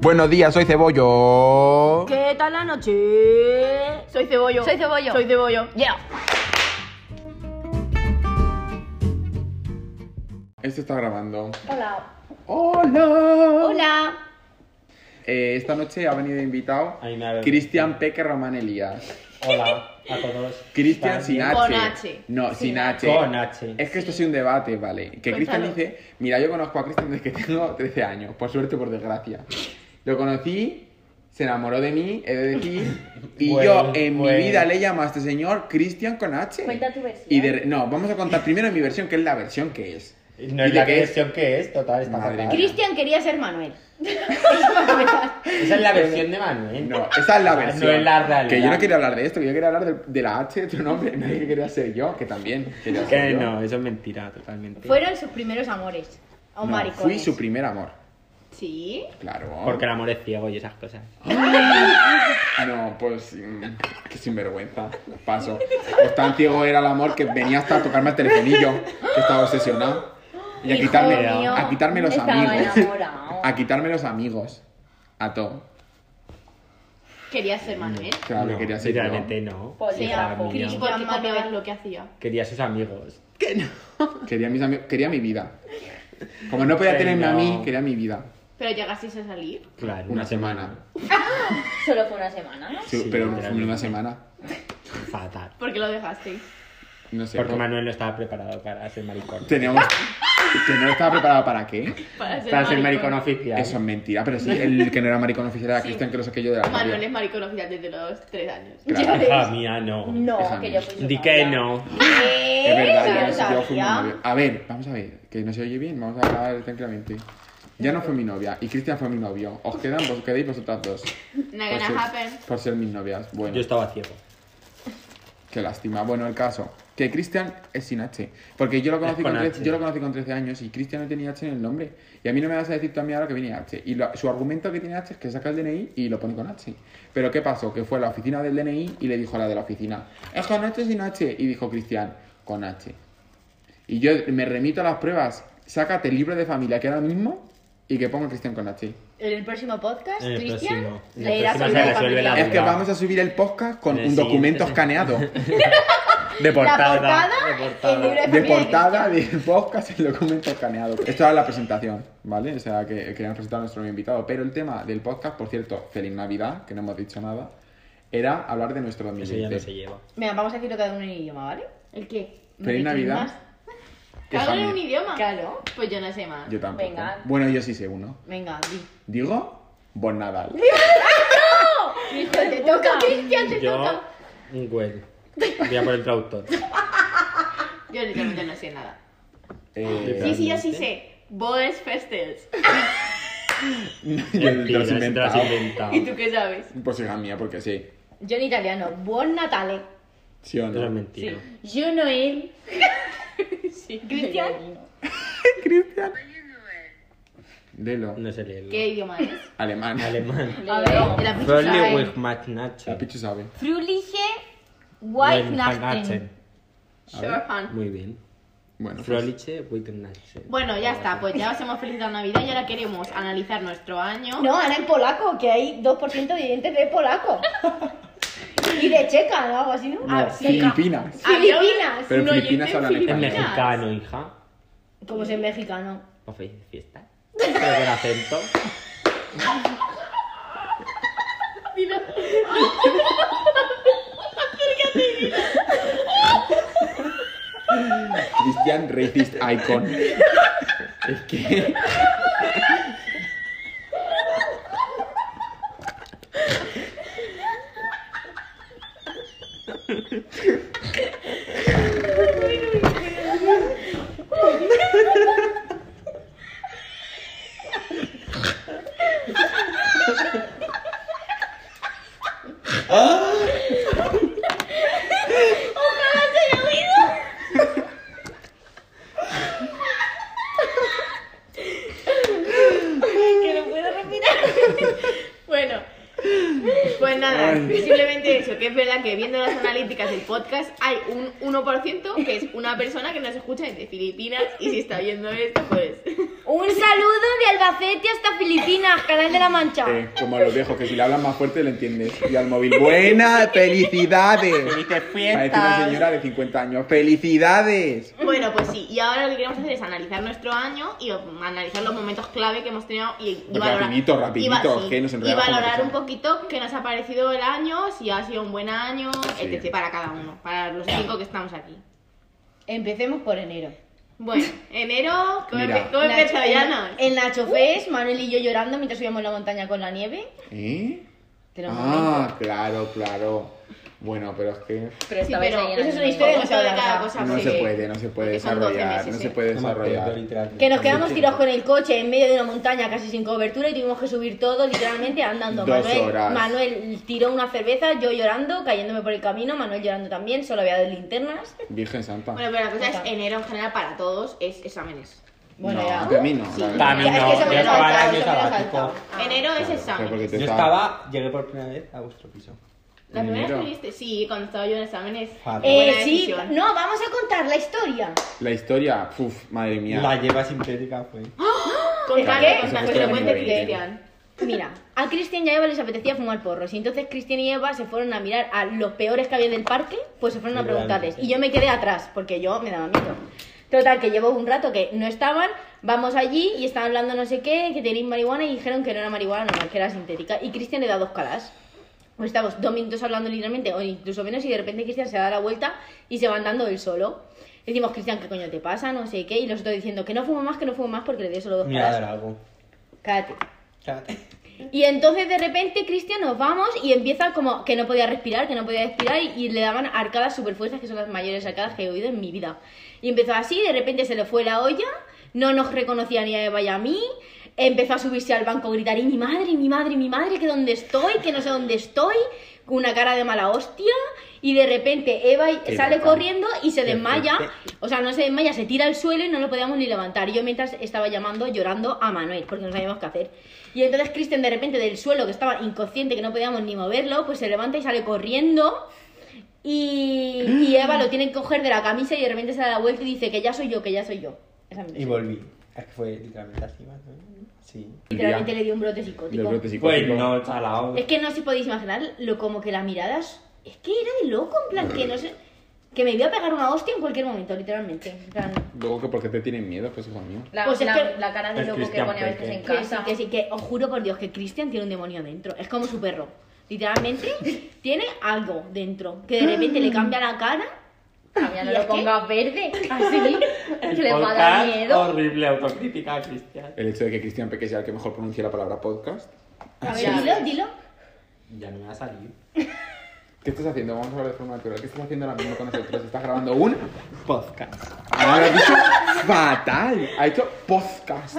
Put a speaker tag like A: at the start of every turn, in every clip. A: Buenos días, soy Cebollo.
B: ¿Qué tal la noche?
C: Soy cebollo.
B: Soy Cebollo.
C: Soy cebollo.
B: Yeah.
A: Este está grabando.
C: Hola.
A: Hola.
C: Hola.
A: Eh, esta noche ha venido invitado
D: Ay, nada.
A: Cristian Peque Román Elías.
D: Hola a todos.
A: Cristian sin H.
C: Con H.
A: No, sin
C: Sin
A: H.
D: Con H.
A: Es que esto ha sido un debate, ¿vale? Que Cristian
C: Cuéntalo.
A: dice, mira, yo conozco a Cristian desde que tengo 13 años, por suerte o por desgracia. Lo conocí, se enamoró de mí, he de decir, y yo
D: Bueno,
A: en
D: bueno.
A: mi vida le llamo a este señor Cristian con H.
C: Cuenta tu versión.
A: Y de re- no, vamos a contar primero mi versión, que es la versión que es.
D: No
A: ¿Y
D: es
A: de
D: la
A: qué es?
D: versión que es, total, está
A: Madre
D: fatal.
A: mía.
C: Cristian quería ser Manuel.
D: Esa es la versión de Manuel.
A: No, esa es la
D: No
A: versión.
D: es la realidad.
A: Que yo no quería hablar de esto, que yo quería hablar de, de la H de tu nombre, no es que quería ser yo, que también quería ser
D: Que
A: yo.
D: no, eso es mentira, totalmente.
C: Fueron sus primeros amores.
A: No,
C: O Oh, maricones.
A: fui su primer amor,
C: Sí.
A: claro.
D: Porque el amor es ciego y esas cosas.
A: No, pues mm, qué sinvergüenza. Paso. Pues tan ciego era el amor que venía hasta a tocarme el telefonillo, que estaba obsesionado. Y a
C: Hijo
A: quitarme,
C: mío,
A: a quitarme los
C: estaba
A: amigos.
C: enamorado.
A: A quitarme los amigos. A todo.
C: Quería ser Manuel.
A: Claro, que
D: No,
A: quería ser yo.
D: Literalmente no.
C: Sí,
D: hija mía.
C: Cristian
B: ¿Por qué
C: Manuel.
B: copiabas lo que hacía?
D: Quería a sus amigos.
A: Quería, mis ami- quería mi vida. Como no podía
D: Que
A: tenerme a mí,
D: no.
A: quería mi vida.
B: Pero llegasteis a salir.
D: Claro,
A: Una semana.
C: Solo fue una semana.
A: Sí,
D: Sí,
A: pero no fue
D: literalmente.
A: una semana.
D: Fatal.
B: ¿Por qué lo dejasteis?
A: No sé.
D: Porque
A: pues,
D: Manuel no estaba preparado para ser maricón.
A: Teníamos. que no estaba preparado para qué.
B: Para ser,
D: Para ser
B: maricón.
D: maricón oficial.
A: Eso es mentira, pero sí, el que no era maricón oficial era
B: Sí.
A: Cristian, que lo saqué yo de la radio.
B: Manuel es maricón oficial desde los 3 años.
A: Claro. Ah,
C: Ya
D: Hija
C: ves.
D: mía, Ah, no.
C: No,
A: Déjame.
C: que yo fui su
D: Di
C: novia.
D: que no.
C: ¿Qué?
A: Es
C: Yo
A: verdad,
C: no
A: yo, yo fui mi
C: sabía.
A: novia. A ver, vamos a ver, que no se oye bien, vamos a hablar tranquilamente. Ya no fue mi novia y Cristian fue mi novio. Os quedan, vos quedáis vosotras dos.
B: Not
A: por,
B: gonna
A: ser,
B: happen.
A: por ser mis novias. Bueno,
D: Yo estaba ciego.
A: qué lástima. Bueno, el caso. Que Cristian es sin H. Porque yo lo conocí
D: Es
A: con,
D: con
A: 13,
D: H.
A: yo lo conocí con 13 años y Cristian no tenía H en el nombre. Y a mí no me vas a decir tú a mí ahora que viene H. Y lo- su argumento que tiene H es que saca el DNI y lo pone con H. Pero ¿qué pasó? Que fue a la oficina del DNI y le dijo a la de la oficina, es con H o sin H. Y dijo Cristian, con H. Y yo me remito a las pruebas. Sácate el libro de familia que ahora mismo y que ponga Cristian con H.
C: En el próximo podcast,
D: En el
C: Cristian
D: próximo. En el
C: leerá
D: próximo
C: su
D: se
C: vida
D: resuelve la
C: familiar.
A: Es que
D: Venga.
A: vamos a subir el podcast con
D: En el
A: un documento
D: siguiente.
A: escaneado.
D: De
C: portada,
D: De
C: el libro
D: portada.
A: De
C: familia de
A: portada del podcast el documento escaneado. Esto era la presentación, ¿vale? O sea, que queríamos presentar a nuestro nuevo invitado. Pero el tema del podcast, por cierto, Feliz Navidad, que no hemos dicho nada, era hablar de nuestro
D: Eso ya
A: 2020.
D: no se lleva.
C: Venga, vamos a decirlo cada uno en idioma, ¿vale?
B: ¿El qué?
A: Feliz
C: ¿Me dices
A: Navidad.
C: más?
A: que
B: ¿Cada uno en
A: jamás-
B: un idioma?
C: Claro.
B: Pues yo no sé más.
A: Yo tampoco.
C: Venga.
A: Bueno, yo sí sé uno.
C: Venga, di.
A: Digo, Bon Nadal.
C: Te toca, Cristian.
D: Yo, un güey. Voy a por el traductor.
B: Yo literalmente no sé nada.
A: Eh,
B: Sí, sí, yo sí sé. Boes Festels.
A: yo te lo
D: Mentiras,
A: has
D: te lo has
A: inventado.
D: inventado.
B: ¿Y tú qué sabes?
A: Pues hija mía, porque sí.
C: Yo en italiano, buon Natale.
A: ¿Sí o
D: Eso es
A: no?
D: mentira.
C: Yo Noel.
B: Sí.
C: Cristian.
A: Delo.
D: No se lee.
B: ¿Qué idioma es?
A: Alemán.
D: Alemán.
B: A ver, la
D: Fröhlich
B: pichuza, eh.
D: Weihnacht Nacho.
A: La Pichu sabe.
C: Fruliche
D: Weihnachten.
C: Weihnachten.
B: Sure, Han.
D: Muy bien.
A: Bueno, pues,
D: Fröhliche Weihnachten.
B: Bueno, ya está, pues ya os hemos felicitado Navidad y ahora queremos analizar nuestro año.
C: No, ahora en polaco, que hay 2% de oyentes de polaco. y de checa, ¿no? Algo así, ¿no?
A: pues, no,
B: Ah, sí.
A: Filipinas.
B: Había un-
C: Filipinas.
A: Pero
B: un
A: Filipinas
B: oyente en
A: hablan
D: Es
A: español.
B: Filipinas.
D: mexicano, hija.
C: Como soy mexicano.
D: ¿O fe- fiesta? Pero con acento.
B: Dilo.
A: Christian Racist Icon. Es que.
C: Que no puedo respirar.
B: Bueno, pues nada,
A: Ay.
B: simplemente eso, que es verdad que viendo las analíticas del podcast hay un 1% que es una persona que nos escucha desde Filipinas y si está viendo esto, pues...
E: Un saludo de Albacete hasta Filipinas, Canal de la Mancha.
A: Eh, como a los viejos, que si le hablan más fuerte le entiendes. Y al móvil, ¡buena! ¡Felicidades!
D: Felices
A: Parece una
D: fiestas.
A: señora de 50 años. ¡Felicidades!
B: Bueno, pues sí, y ahora lo que queremos hacer es analizar nuestro año y o- analizar los momentos clave que hemos tenido y, y
A: Rapidito, rapidito,
B: y va- sí,
A: que nos
B: y
A: enredamos con
B: valorar
A: eso.
B: un poquito qué nos ha parecido el año, si ha sido un buen año,
A: Sí.
B: etc. para cada uno, para los cinco que estamos aquí.
C: Empecemos por enero.
B: Bueno, enero, ¿cómo
A: Mira.
B: empe- cómo empezó
C: Nacho- eh,
B: Yana?
C: En Nacho Fest, Manuel y yo llorando mientras subíamos la montaña con la nieve.
A: ¿Eh?
C: Te lo
A: Ah, claro, claro. Bueno, pero es que
E: Pero
C: Sí,
E: estabais
C: pero
E: ahí en
C: eso es
E: el
C: una
E: año.
C: historia
B: Poquito de
C: demasiado
B: cada
C: larga.
B: cosa,
A: no
B: porque-
A: se puede, no se puede
B: porque son 12
A: desarrollar,
B: meses,
A: no se
B: sí.
A: puede
D: Desarrollado,
A: desarrollar.
D: literalmente.
C: Que nos
D: También
C: quedamos
D: sí.
C: tirados con el coche en medio de una montaña casi sin cobertura y tuvimos que subir todo literalmente andando.
A: Dos
C: Manuel,
A: horas.
C: Manuel tiró una cerveza, yo llorando, cayéndome por el camino, Manuel llorando también, solo había dos linternas.
A: Virgen Santa.
B: Bueno, pero la cosa es enero en general para todos es exámenes.
C: Bueno,
A: no,
C: ya.
A: para mí no.
B: Sí.
A: la verdad.
D: Para mí
C: Es que
D: no,
C: eso me
D: yo
C: lo
D: estaba
C: saltaba,
D: en año
C: eso me lo
D: sabático.
C: saltaba.
B: Enero es
A: Claro,
B: exámenes.
A: porque te
D: Yo
A: está-
D: estaba, llegué por primera vez a vuestro piso.
B: ¿La
A: ¿En
B: primera vez que
A: enero?
B: viniste? Sí, cuando estaba yo en exámenes.
D: Fatal.
B: Buena
C: Eh, sí,
B: decisión.
C: no, vamos a contar la historia.
A: La historia, uff, madre mía.
D: La lleva sintética fue.
B: Contadle,
C: ¿Qué?
B: contadle,
A: Eso
B: que
A: fue
B: lo cuente
A: 2020.
B: Cristian.
C: Mira, a Cristian y a Eva les apetecía fumar porros y entonces Cristian y Eva se fueron a mirar a los peores que había del parque, pues se fueron a preguntarles y yo me quedé atrás porque yo me daba miedo. Total, que llevo un rato que no estaban, vamos allí y estaban hablando no sé qué, que tenían marihuana y dijeron que no era marihuana normal, que era sintética y Cristian le da dos calas. Pues estamos dos minutos hablando literalmente, o incluso menos, y de repente Cristian se da la vuelta y se va andando él solo. Decimos, Cristian, ¿qué coño te pasa? No sé qué. Y los otros diciendo que no fumo más, que no fumo más porque le dio solo dos
D: Me iba a dar
C: calas.
D: algo.
C: Cállate.
D: Cállate.
C: Y entonces de repente Cristian nos vamos y empieza como que no podía respirar, que no podía respirar y, y le daban arcadas súper fuertes, que son las mayores arcadas que he oído en mi vida. Y empezó así, de repente se le fue la olla, no nos reconocía ni a Eva y a mí, empezó a subirse al banco a gritar, y mi madre, mi madre, mi madre, que dónde estoy, que no sé dónde estoy, con una cara de mala hostia. Y de repente Eva
A: Qué
C: sale
A: loca.
C: corriendo y se
A: Qué
C: desmaya,
A: fuerte.
C: o sea, no se desmaya, se tira al suelo y no lo podíamos ni levantar. Y yo mientras estaba llamando, llorando a Manuel, porque no sabíamos qué hacer. Y entonces Kristen de repente del suelo, que estaba inconsciente, que no podíamos ni moverlo, pues se levanta y sale corriendo. Y, y Eva lo tiene que coger de la camisa y de repente se da la vuelta y dice que ya soy yo, que ya soy yo. Esa
D: Y
C: mentira.
D: volví. Es que fue literalmente así, más o menos. Sí.
C: Literalmente
A: Ya.
C: le dio un brote
A: Del
C: psicótico.
A: brote
D: Pues
A: psicótico.
D: no, chalao.
C: Es que no se podéis imaginar lo como que la mirada es, es que era de loco, en plan que no sé, que me iba a pegar una hostia en cualquier momento, literalmente. En plan,
A: Luego que porque te tienen miedo, pues hijo mío.
E: La,
C: Pues es
E: la-
C: que-
E: la cara de
D: Es
E: loco que
D: Cristian
E: pone a veces
D: Peque.
E: en
C: Que sí,
E: casa.
C: que sí, que os juro por Dios que Cristian tiene un demonio dentro. Es como su perro. Literalmente tiene algo dentro. Que de repente le cambia la cara.
E: Todavía no
C: Y es
E: lo
C: que-
E: pongas verde.
C: ¿ah,
E: Así.
D: El
E: que le va a dar
D: podcast
E: miedo.
D: Horrible autocrítica, Cristian.
A: El hecho de que Cristian Peque sea el que mejor pronuncia la palabra podcast.
C: A ver,
E: Ya
C: dilo,
E: ves.
C: dilo.
D: Ya no me va a salir.
A: ¿Qué estás haciendo? Vamos a hablar de forma natural. ¿Qué estás haciendo ahora mismo con nosotros? ¿Estás grabando un?
D: Podcast.
A: Ahora lo has dicho fatal. Ha hecho podcast.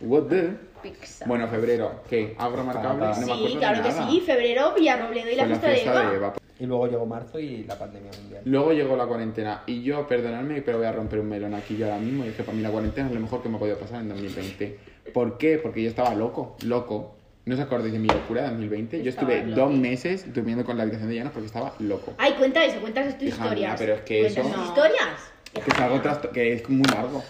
A: What the?
E: Pizza.
A: Bueno, febrero. ¿Qué? ¿Abro marcable? No me
C: sí,
A: acuerdo
C: claro
A: de
C: que
A: nada.
C: sí. Febrero, Villarrobledo y la
A: Fue
C: fiesta de Eva.
D: Y luego llegó marzo y la pandemia mundial.
A: Luego llegó la cuarentena y yo, perdonadme, pero voy a romper un melón aquí yo ahora mismo. Y es que para mí la cuarentena es lo mejor que me ha podido pasar en 2020. ¿Por qué? Porque yo estaba loco, loco. ¿No os acordáis de mi locura de 2020? Yo
B: Estaba
A: estuve
B: loco.
A: dos meses durmiendo con la habitación de Llanos porque estaba loco.
C: Ay, cuenta eso, cuentas tus
A: Hija mía,
C: historias.
A: pero es que
C: Cuentas
A: eso-
C: tus
B: No.
C: historias.
A: Que es algo trasto- que es muy largo.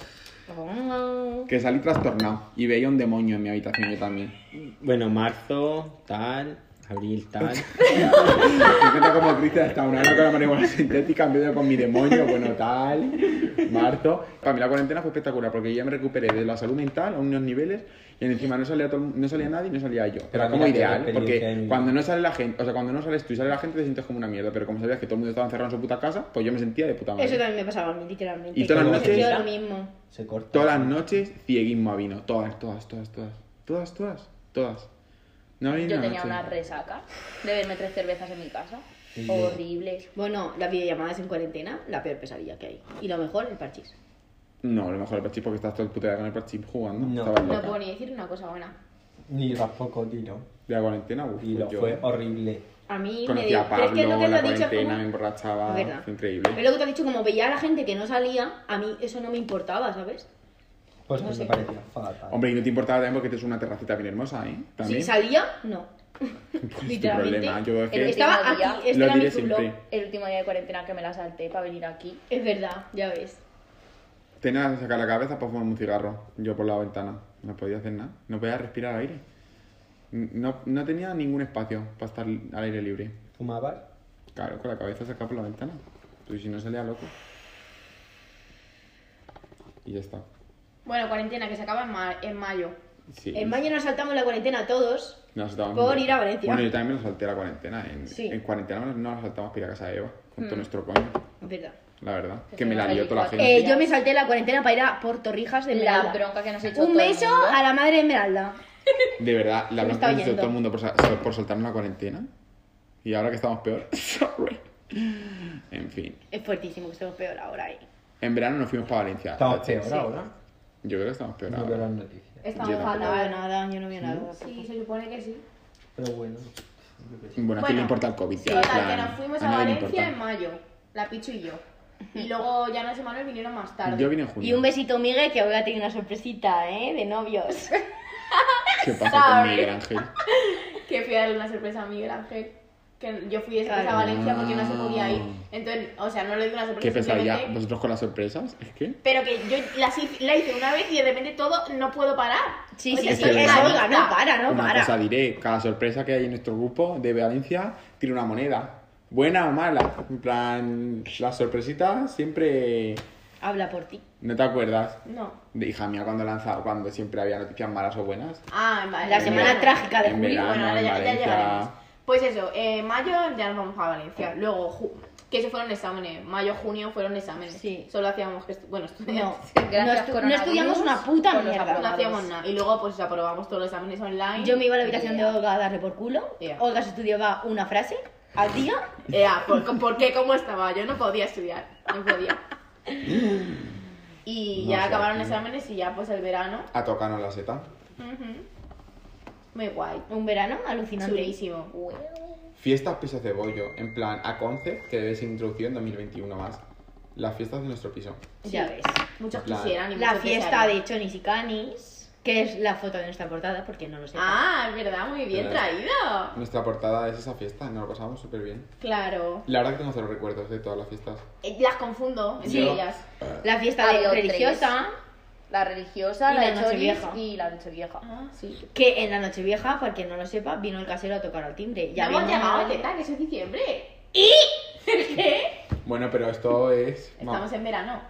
A: Que salí trastornado y veía un demonio en mi habitación yo también.
D: Bueno, marzo, tal. Abril, tal.
A: Me encanta como Cristian está una hora con la marihuana sintética en vez de con mi demonio, bueno, tal, marzo. Para mí la cuarentena fue espectacular porque ya me recuperé de la salud mental a unos niveles y encima no salía, todo el mu- no salía nadie y no salía yo.
D: Pero
A: Era como
D: mira qué
A: ideal,
D: experiencia
A: porque
D: en-
A: cuando no sale la gente, o sea, cuando no sales tú y sale la gente te sientes como una mierda, pero como sabías que todo el mundo estaba encerrado en su puta casa, pues yo me sentía de puta
C: Eso
A: madre.
C: también me pasaba a mí, literalmente.
A: Y todas
D: las
C: Yo
D: noches-
C: lo mismo.
D: Se corta.
A: Todas las noches cieguismo a vino, todas, todas, todas, todas, todas, todas, todas. No había ni
E: Yo
A: una
E: tenía
A: noche.
E: una resaca de verme tres cervezas en mi casa.
D: Y yo-
E: Horrible.
C: Bueno, las videollamadas en cuarentena, la peor pesadilla que hay. Y lo mejor, el parchís.
A: No, a lo mejor el parchís porque estás todo el puto día con el parchís jugando.
D: No.
A: Estabas
B: No
A: loca.
B: puedo ni decir una cosa buena.
D: Ni tampoco tiro.
A: De la cuarentena, uf,
D: Y lo
A: yo-
D: fue horrible.
C: A mí me
A: Conocí a
C: pero
A: Pablo,
C: es que es lo que te
A: la
C: has dicho, es
A: cuarentena,
C: como-
A: me emborrachaba,
C: Es verdad.
A: fue increíble.
C: Es lo que te has dicho, como veía a la gente que no salía, a mí eso no me importaba, ¿sabes?
D: Pues a
C: No
D: mí
C: sé.
D: me pareció fatal.
A: Hombre, y no te importaba también porque es una terracita bien hermosa, ¿eh? También.
C: Si salía, no.
A: Pues,
C: literalmente,
A: Tu problema. Yo es que
E: el
C: Estaba
E: último día.
C: aquí, este
A: Lo
C: era mi
A: diré
C: culo.
A: siempre.
E: El último día de cuarentena que me la salté para venir aquí.
C: Es verdad, ya ves.
A: Tenía que sacar la cabeza para fumar un cigarro. Yo por la ventana. No podía hacer nada. No podía respirar aire. No, no tenía ningún espacio para estar al aire libre.
D: ¿Fumabas?
A: Claro, con la cabeza sacada por la ventana. Pues si no salía loco. Y ya está.
B: Bueno, cuarentena que se acaba en, ma- en mayo.
A: Sí.
C: En mayo nos saltamos la cuarentena todos.
A: Nos dábamos-
C: por ir a Valencia.
A: Bueno, yo también me lo salté la cuarentena. En,
C: Sí.
A: en cuarentena no nos saltamos para ir a casa de Eva. Con todo nuestro coño.
C: Es verdad.
A: La verdad.
E: Que
A: Que me
E: se
A: la
E: va a
A: lió toda la
E: realizar.
A: gente.
C: Eh, yo me salté la cuarentena para ir a Puerto Rijas de
E: La
C: Esmeralda.
E: bronca que nos ha hecho
C: Un
E: todo el
C: beso
E: mundo.
C: a la madre de Esmeralda.
A: De verdad, la
C: me
A: bronca
C: estaba
A: que hizo
C: yendo.
A: todo el mundo por, sa- so- por soltarnos la cuarentena. Y ahora que estamos peor. Sorry. En fin.
C: Es fuertísimo que estemos peor ahora ahí.
A: En verano nos fuimos para Valencia.
D: Estamos
A: ¿cachai?
D: peor ahora.
A: Yo creo que estamos peor
D: No veo
A: ahora.
D: las noticias.
A: Yo
E: Estamos
A: tampoco.
C: No veo
E: fatal.
C: nada, yo no veo nada.
E: Sí, se supone que sí.
D: Pero bueno. yo creo que sí.
A: Bueno, aquí
B: Bueno,
A: le importa el COVID.
B: Sí,
A: ya, en
B: total, que
A: plan,
B: nos fuimos
A: a
B: a
A: nadie le
B: Valencia en
A: importa.
B: mayo. La Pichu y yo.
C: Mm.
B: Y luego Llanos y Manuel vinieron más tarde.
A: Yo vine en junio.
C: Y un besito, Miguel, que ahora tiene una sorpresita, ¿eh? De novios.
A: ¿Qué pasa con
B: Sorry.
A: Miguel Ángel?
B: que fui a darle una sorpresa a Miguel Ángel. Que yo fui de sorpresa
C: Claro.
B: a Valencia porque no se podía ir.
A: Ah.
B: Entonces, o sea, no le di una sorpresa.
A: ¿Qué pues. pesadilla?
B: simplemente-
A: ¿Vosotros con las sorpresas? Es que.
B: Pero que yo la, hice- la hice una vez y de repente todo no puedo parar.
C: Sí,
B: O
C: sí,
B: sea,
A: Es
C: sí.
A: que
B: soy
A: de
C: Es
A: verdad.
C: Olga, no para, no
A: una
C: para.
A: cosa diré, cada sorpresa que hay en nuestro grupo de Valencia tiene una moneda. Buena o mala. En plan, las sorpresitas siempre.
C: Habla por ti.
A: ¿No te acuerdas?
B: No.
A: De hija mía, cuando lanzaba, cuando siempre había noticias malas o buenas.
B: Ah, vale.
C: La
A: En
C: semana
A: verano.
C: trágica de
A: En
C: julio.
A: verano.
B: Bueno, ahora
A: en
B: ya, ya
A: Valencia.
B: llegaremos. Pues eso, eh, mayo ya nos vamos a Valencia. Luego, ju- que esos fueron exámenes. Mayo, junio fueron exámenes.
C: Sí.
B: Solo hacíamos que. estu- Bueno,
C: No,
B: estudiamos.
E: Gracias,
C: no, estu- no
E: coronavirus,
C: estudiamos una puta
E: con los
C: mierda.
B: No
E: aprobados.
B: hacíamos nada. Y luego, pues aprobamos todos los exámenes online.
C: Yo me iba a la habitación de
E: Yeah.
C: Olga a darle por culo.
B: Yeah.
C: Olga se estudiaba una frase al día.
B: Eh, ah, ¿por, por qué? ¿Cómo estaba? Yo no podía estudiar, no podía. Y
A: No
B: ya
A: sé,
B: acabaron
A: tío.
B: los exámenes y ya pues el verano.
A: A tocarnos la seta.
B: Ujú. Muy guay.
C: Un verano alucinante.
B: Chulísimo.
A: Fiestas piso cebollo. En plan, a concept que debes introducir en 2021 más. Las fiestas de nuestro piso.
C: Ya
B: Sí.
C: ves.
B: Muchos
A: Claro.
B: quisieran y
C: La
B: muchos
C: fiesta
B: desearían.
C: de Chonis y Canis, que es la foto de nuestra portada, porque no lo sé.
B: Ah, es verdad, muy bien
A: Claro.
B: traído.
A: Nuestra portada es esa fiesta, nos lo pasamos súper bien.
B: Claro.
A: La verdad que tengo cero recuerdos de todas las fiestas.
B: Eh, Las confundo entre
A: Sí.
B: ellas.
C: La fiesta de-
E: Había
C: religiosa,
E: La religiosa,
C: Y
E: la,
C: la
E: de cholis
C: nochevieja.
E: y la nochevieja.
B: Ah, sí.
C: que en la Nochevieja, para quien no lo sepa, vino el casero a tocar al timbre. Ya
B: Ya hemos
C: vino-
B: llegado, teta, que eso es diciembre.
A: Bueno, pero esto es.
B: Estamos en verano.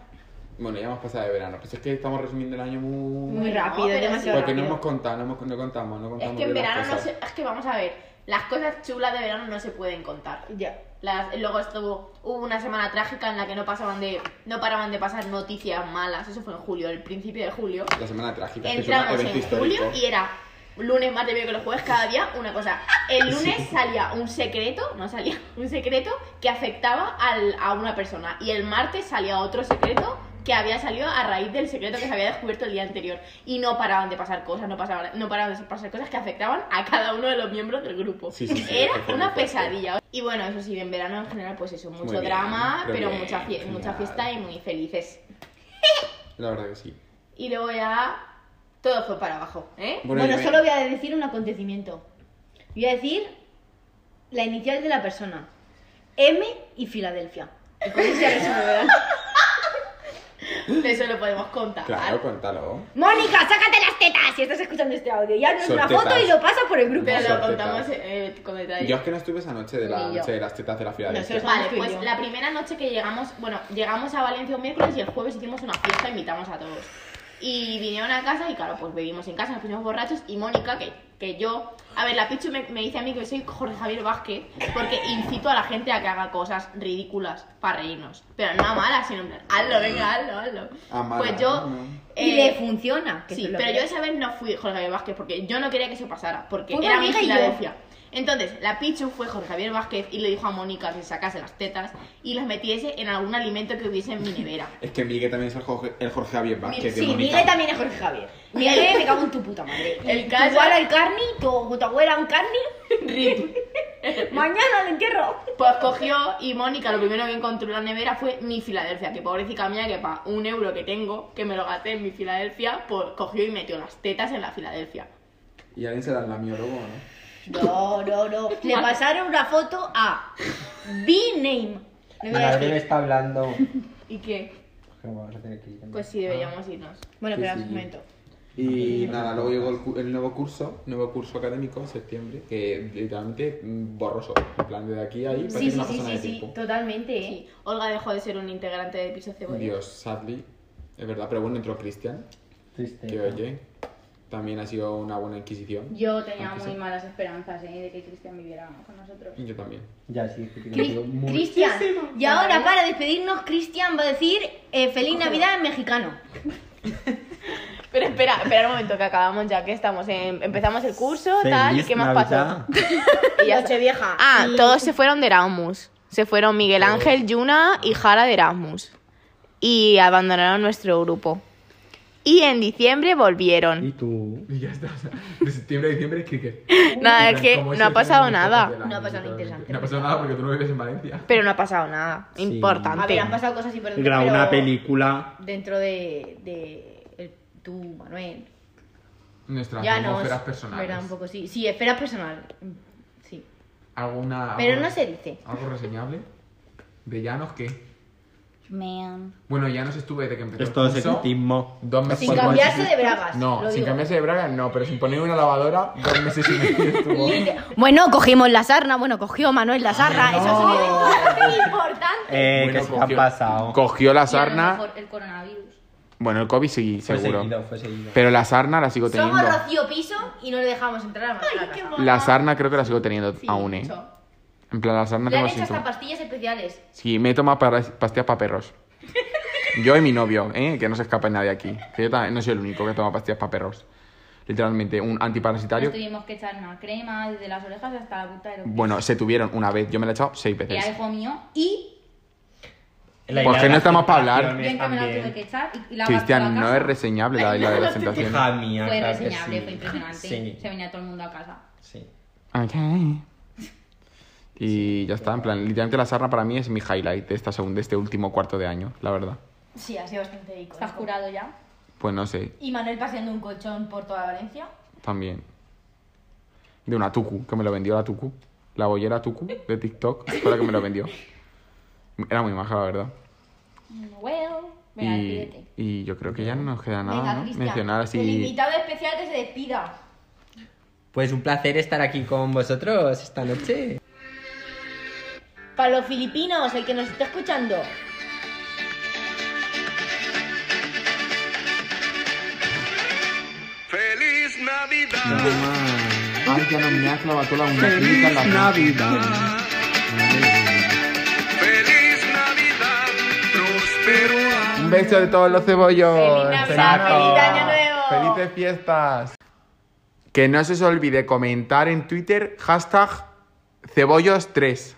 A: Bueno, ya hemos pasado de verano. Pues es que estamos resumiendo el año muy.
C: Muy
B: No,
C: rápido,
B: pero
C: demasiado
B: sí.
A: Porque no
C: rápido.
A: hemos contado, no, hemos- no contamos, Pues no
B: Es
A: contamos.
B: que en
A: bien las
B: verano no
A: cosas.
B: se... Es que vamos a ver, las cosas chulas de verano no se pueden contar.
C: Ya.
B: Las- luego estuvo, hubo una semana trágica en la que no pasaban de, no paraban de pasar noticias malas, eso fue en julio, el principio de julio.
A: La semana trágica, que es un
B: Entramos
A: evento
B: en
A: histórico.
B: julio y era lunes, martes, miércoles, jueves, cada día una cosa. El lunes salía un secreto, no salía, un secreto que afectaba al- a una persona. Y el martes salía otro secreto que había salido a raíz del secreto que se había descubierto el día anterior. Y no paraban de pasar cosas, no, pasaban, no paraban de pasar cosas que afectaban a cada uno de los miembros del grupo.
A: Sí, sí, sí,
B: era
A: eso fue
B: una
A: muy fuerte.
B: pesadilla. Y bueno, eso sí, en verano en general, pues eso, mucho
A: bien,
B: drama,
A: pero
B: pero,
A: bien,
B: mucha, fie-
A: genial.
B: mucha fiesta y muy felices.
A: La verdad que sí.
B: Y luego ya todo fue para abajo, ¿eh?
A: Bueno,
C: Bueno,
A: yo-
C: solo voy a decir un acontecimiento. Voy a decir la inicial de la persona. M y Filadelfia. Y con eso ya resumo, ¿verdad?
B: De eso lo podemos contar.
A: Claro, cuéntalo.
C: Mónica, sácate las tetas si estás escuchando este audio. Ya haznos una
A: Sortetas.
C: foto y lo pasas por el grupo.
B: Pero lo
A: Sortetas.
B: contamos eh, con detalle.
A: Yo es que no estuve esa noche de la
E: Ni yo.
A: noche de las tetas de la ciudad.
C: Nosotros-
B: Vale,
C: Tú y yo.
B: pues la primera noche que llegamos, bueno, llegamos a Valencia un miércoles y el jueves hicimos una fiesta, invitamos a todos. Y vinieron a casa y claro, pues bebimos en casa, nos pusimos borrachos y Mónica, que, que yo, a ver, la Pichu me, me dice a mí que soy Jorge Javier Vázquez porque incito a la gente a que haga cosas ridículas para reírnos. Pero no a malas, sino en plan, hazlo, venga, hazlo, hazlo.
A: A malas,
B: pues yo...
A: ¿no?
C: Y
B: eh,
C: le funciona. que
B: Sí,
C: eso es lo
B: pero
C: que
B: yo
C: es.
B: esa vez no fui Jorge Javier Vázquez porque yo no quería que eso pasara, porque
C: Fue mi
B: era mi
C: amiga y yo.
B: Filadelfia. Entonces, la Pichu fue Jorge Javier Vázquez y le dijo a Mónica que sacase las tetas y las metiese en algún alimento que hubiese en mi nevera.
A: Es que Miguel también es el Jorge, el Jorge Javier Vázquez. de
C: Sí,
A: Mónica.
C: Miguel también es Jorge Javier. Miguel, me cago en tu puta madre. Y
B: El
C: tu
B: caso-
C: abuela el carni, tu, tu abuela un carni,
B: Rip.
C: mañana le entierro.
B: Pues cogió y Mónica lo primero que encontró en la nevera fue mi Filadelfia, que pobrecita mía que para un euro que tengo, que me lo gasté en mi Filadelfia, pues cogió y metió las tetas en la Filadelfia.
A: Y alguien se las lamió luego, ¿no?
C: No, no, no. Le pasaron una foto a B-Name. No voy a
D: Madre
C: decir.
D: me está hablando.
B: ¿Y qué?
D: que nos vamos a tener que ir.
B: Pues sí, deberíamos
C: Ah.
B: irnos.
A: Bueno,
C: Bueno,
A: Que
C: pero
A: espera
C: un
A: sí. un
C: momento.
A: momento. Y nada, luego llegó el, cu- el nuevo curso, nuevo curso académico en septiembre, que literalmente mm, borroso. En plan, de aquí a ahí, parece
C: Sí, sí,
A: una
C: sí,
A: persona
C: sí,
A: de
C: sí,
A: tiempo.
C: totalmente, ¿eh?
B: Sí. Olga dejó de ser un integrante del piso cebolla.
A: Dios, sadly, es verdad, pero bueno, entró Cristian,
D: Triste.
A: que oye, también ha sido una buena inquisición.
C: Yo tenía
A: Aunque
C: muy
A: sí.
C: malas esperanzas ¿eh? de que Cristian viviera con nosotros.
A: Yo también.
D: Ya, sí, que te
C: Cris-
D: quedó muy-
C: Cristian, y ahora
E: Vale.
C: para despedirnos, Cristian va a decir eh, Feliz Navidad en mexicano.
B: Pero espera, espera un momento que acabamos ya, que estamos en, empezamos el curso, tal, y qué más pasó.
C: Y noche vieja.
B: Ah, todos se fueron de Erasmus. Se fueron Miguel Ángel, Yuna y Jara de Erasmus. Y abandonaron nuestro grupo. Y en diciembre
D: ¿Y
B: volvieron.
D: tú?
A: Y ya está, o sea, de septiembre a diciembre es cricket.
B: Nada,
A: En
B: es
A: plan,
B: que
A: como
B: no ha
A: ese
B: pasado
A: tren,
B: nada.
A: literalmente.
C: No ha pasado nada interesante.
A: No ha pasado nada porque tú no vives en Valencia.
B: Pero no ha pasado nada.
D: Sí.
B: Importante.
C: A ver, han pasado cosas importantes.
D: Grabó
C: pero
D: una película.
C: Dentro de, de el- tú, Manuel.
A: Nuestras
C: Ya no.
A: atmósferas personales.
C: Verdad, un poco, sí. Sí, esfera personal. Sí.
A: ¿Alguna,
C: Pero
A: algo-
C: no se dice.
A: ¿Algo reseñable? ¿De Llanos qué?
E: Man.
A: Bueno, Llanos estuve desde que empezó
D: Es todo
A: el curso.
D: secretismo.
A: Dos meses
C: Sin
A: y medio.
C: cambiarse de bragas.
A: No,
C: lo
A: sin
C: digo.
A: cambiarse de braga no, pero sin poner una lavadora, dos meses y medio estuvo.
D: Eh,
E: Bueno, cogimos la sarna, bueno, cogió Manuel la sarna. Eso es un-
C: importante.
D: Eh,
A: Bueno,
D: que se han pasado.
A: Cogió la
C: Y a lo
A: sarna.
C: mejor el coronavirus.
A: Bueno, el COVID sí,
D: Fue
A: seguro.
D: seguido, fue seguido.
A: Pero la sarna la sigo teniendo.
C: Somos Rocío Piso y no le dejamos entrar a Manuel a la casa.
A: La sarna creo que la sigo teniendo
C: Sí,
A: aún, ¿eh?
C: mucho.
A: En plan, la sarna
C: Le han
A: tengo
C: hecho hasta
A: síntomas.
C: pastillas especiales.
A: Sí, me he tomado para- pastillas para perros. Yo y mi novio, ¿eh? que no se escape nadie aquí. Que yo también no soy el único que toma pastillas para perros. Literalmente, un antiparasitario.
F: Nos tuvimos que echar una crema desde las orejas hasta la punta de los pies.
A: Bueno, se tuvieron una vez. Yo me la he echado seis
F: Era
A: veces.
F: hijo mío y
D: La
A: ¿Por qué no estamos para hablar?
F: yo
D: presentaciones
F: en que me la tuve
D: también.
F: que echar y la
A: Cristian,
F: basura a
A: no es
F: casa.
A: reseñable la, la de la presentación.
D: Hija mía,
F: Fue
D: claro que
F: reseñable,
D: sí.
F: fue impresionante.
D: Sí,
F: Se venía todo el mundo a casa.
D: sí.
A: Ok. Y ya está, en plan, literalmente la sarna para mí es mi highlight de, esta segun- de este último cuarto de año, la verdad.
C: Sí, ha sido bastante
F: ¿Estás
C: icónico.
F: curado ya?
A: Pues no sé,
C: Y Manuel paseando un colchón por toda Valencia.
A: también. De una tucu, que me lo vendió la tucu. La bollera tucu de TikTok fue la que me lo vendió. Era muy maja, la verdad.
F: Well, venga,
A: Y,
F: despídete.
A: y yo creo que ya no nos queda nada,
C: Venga,
A: ¿no?
C: Cristian,
A: Mencionar así...
C: El invitado especial que se despida.
G: Pues un placer estar aquí con vosotros esta noche.
C: Para los filipinos, el que nos está escuchando.
A: Ay, ya no me ha clavado toda la uña clínica en la frente. Un beso de todos los cebollos.
C: ¡Feliz Navidad! ¡Feliz Año Nuevo!
A: Felices fiestas. Que no se os olvide comentar en Twitter hashtag cebollos3.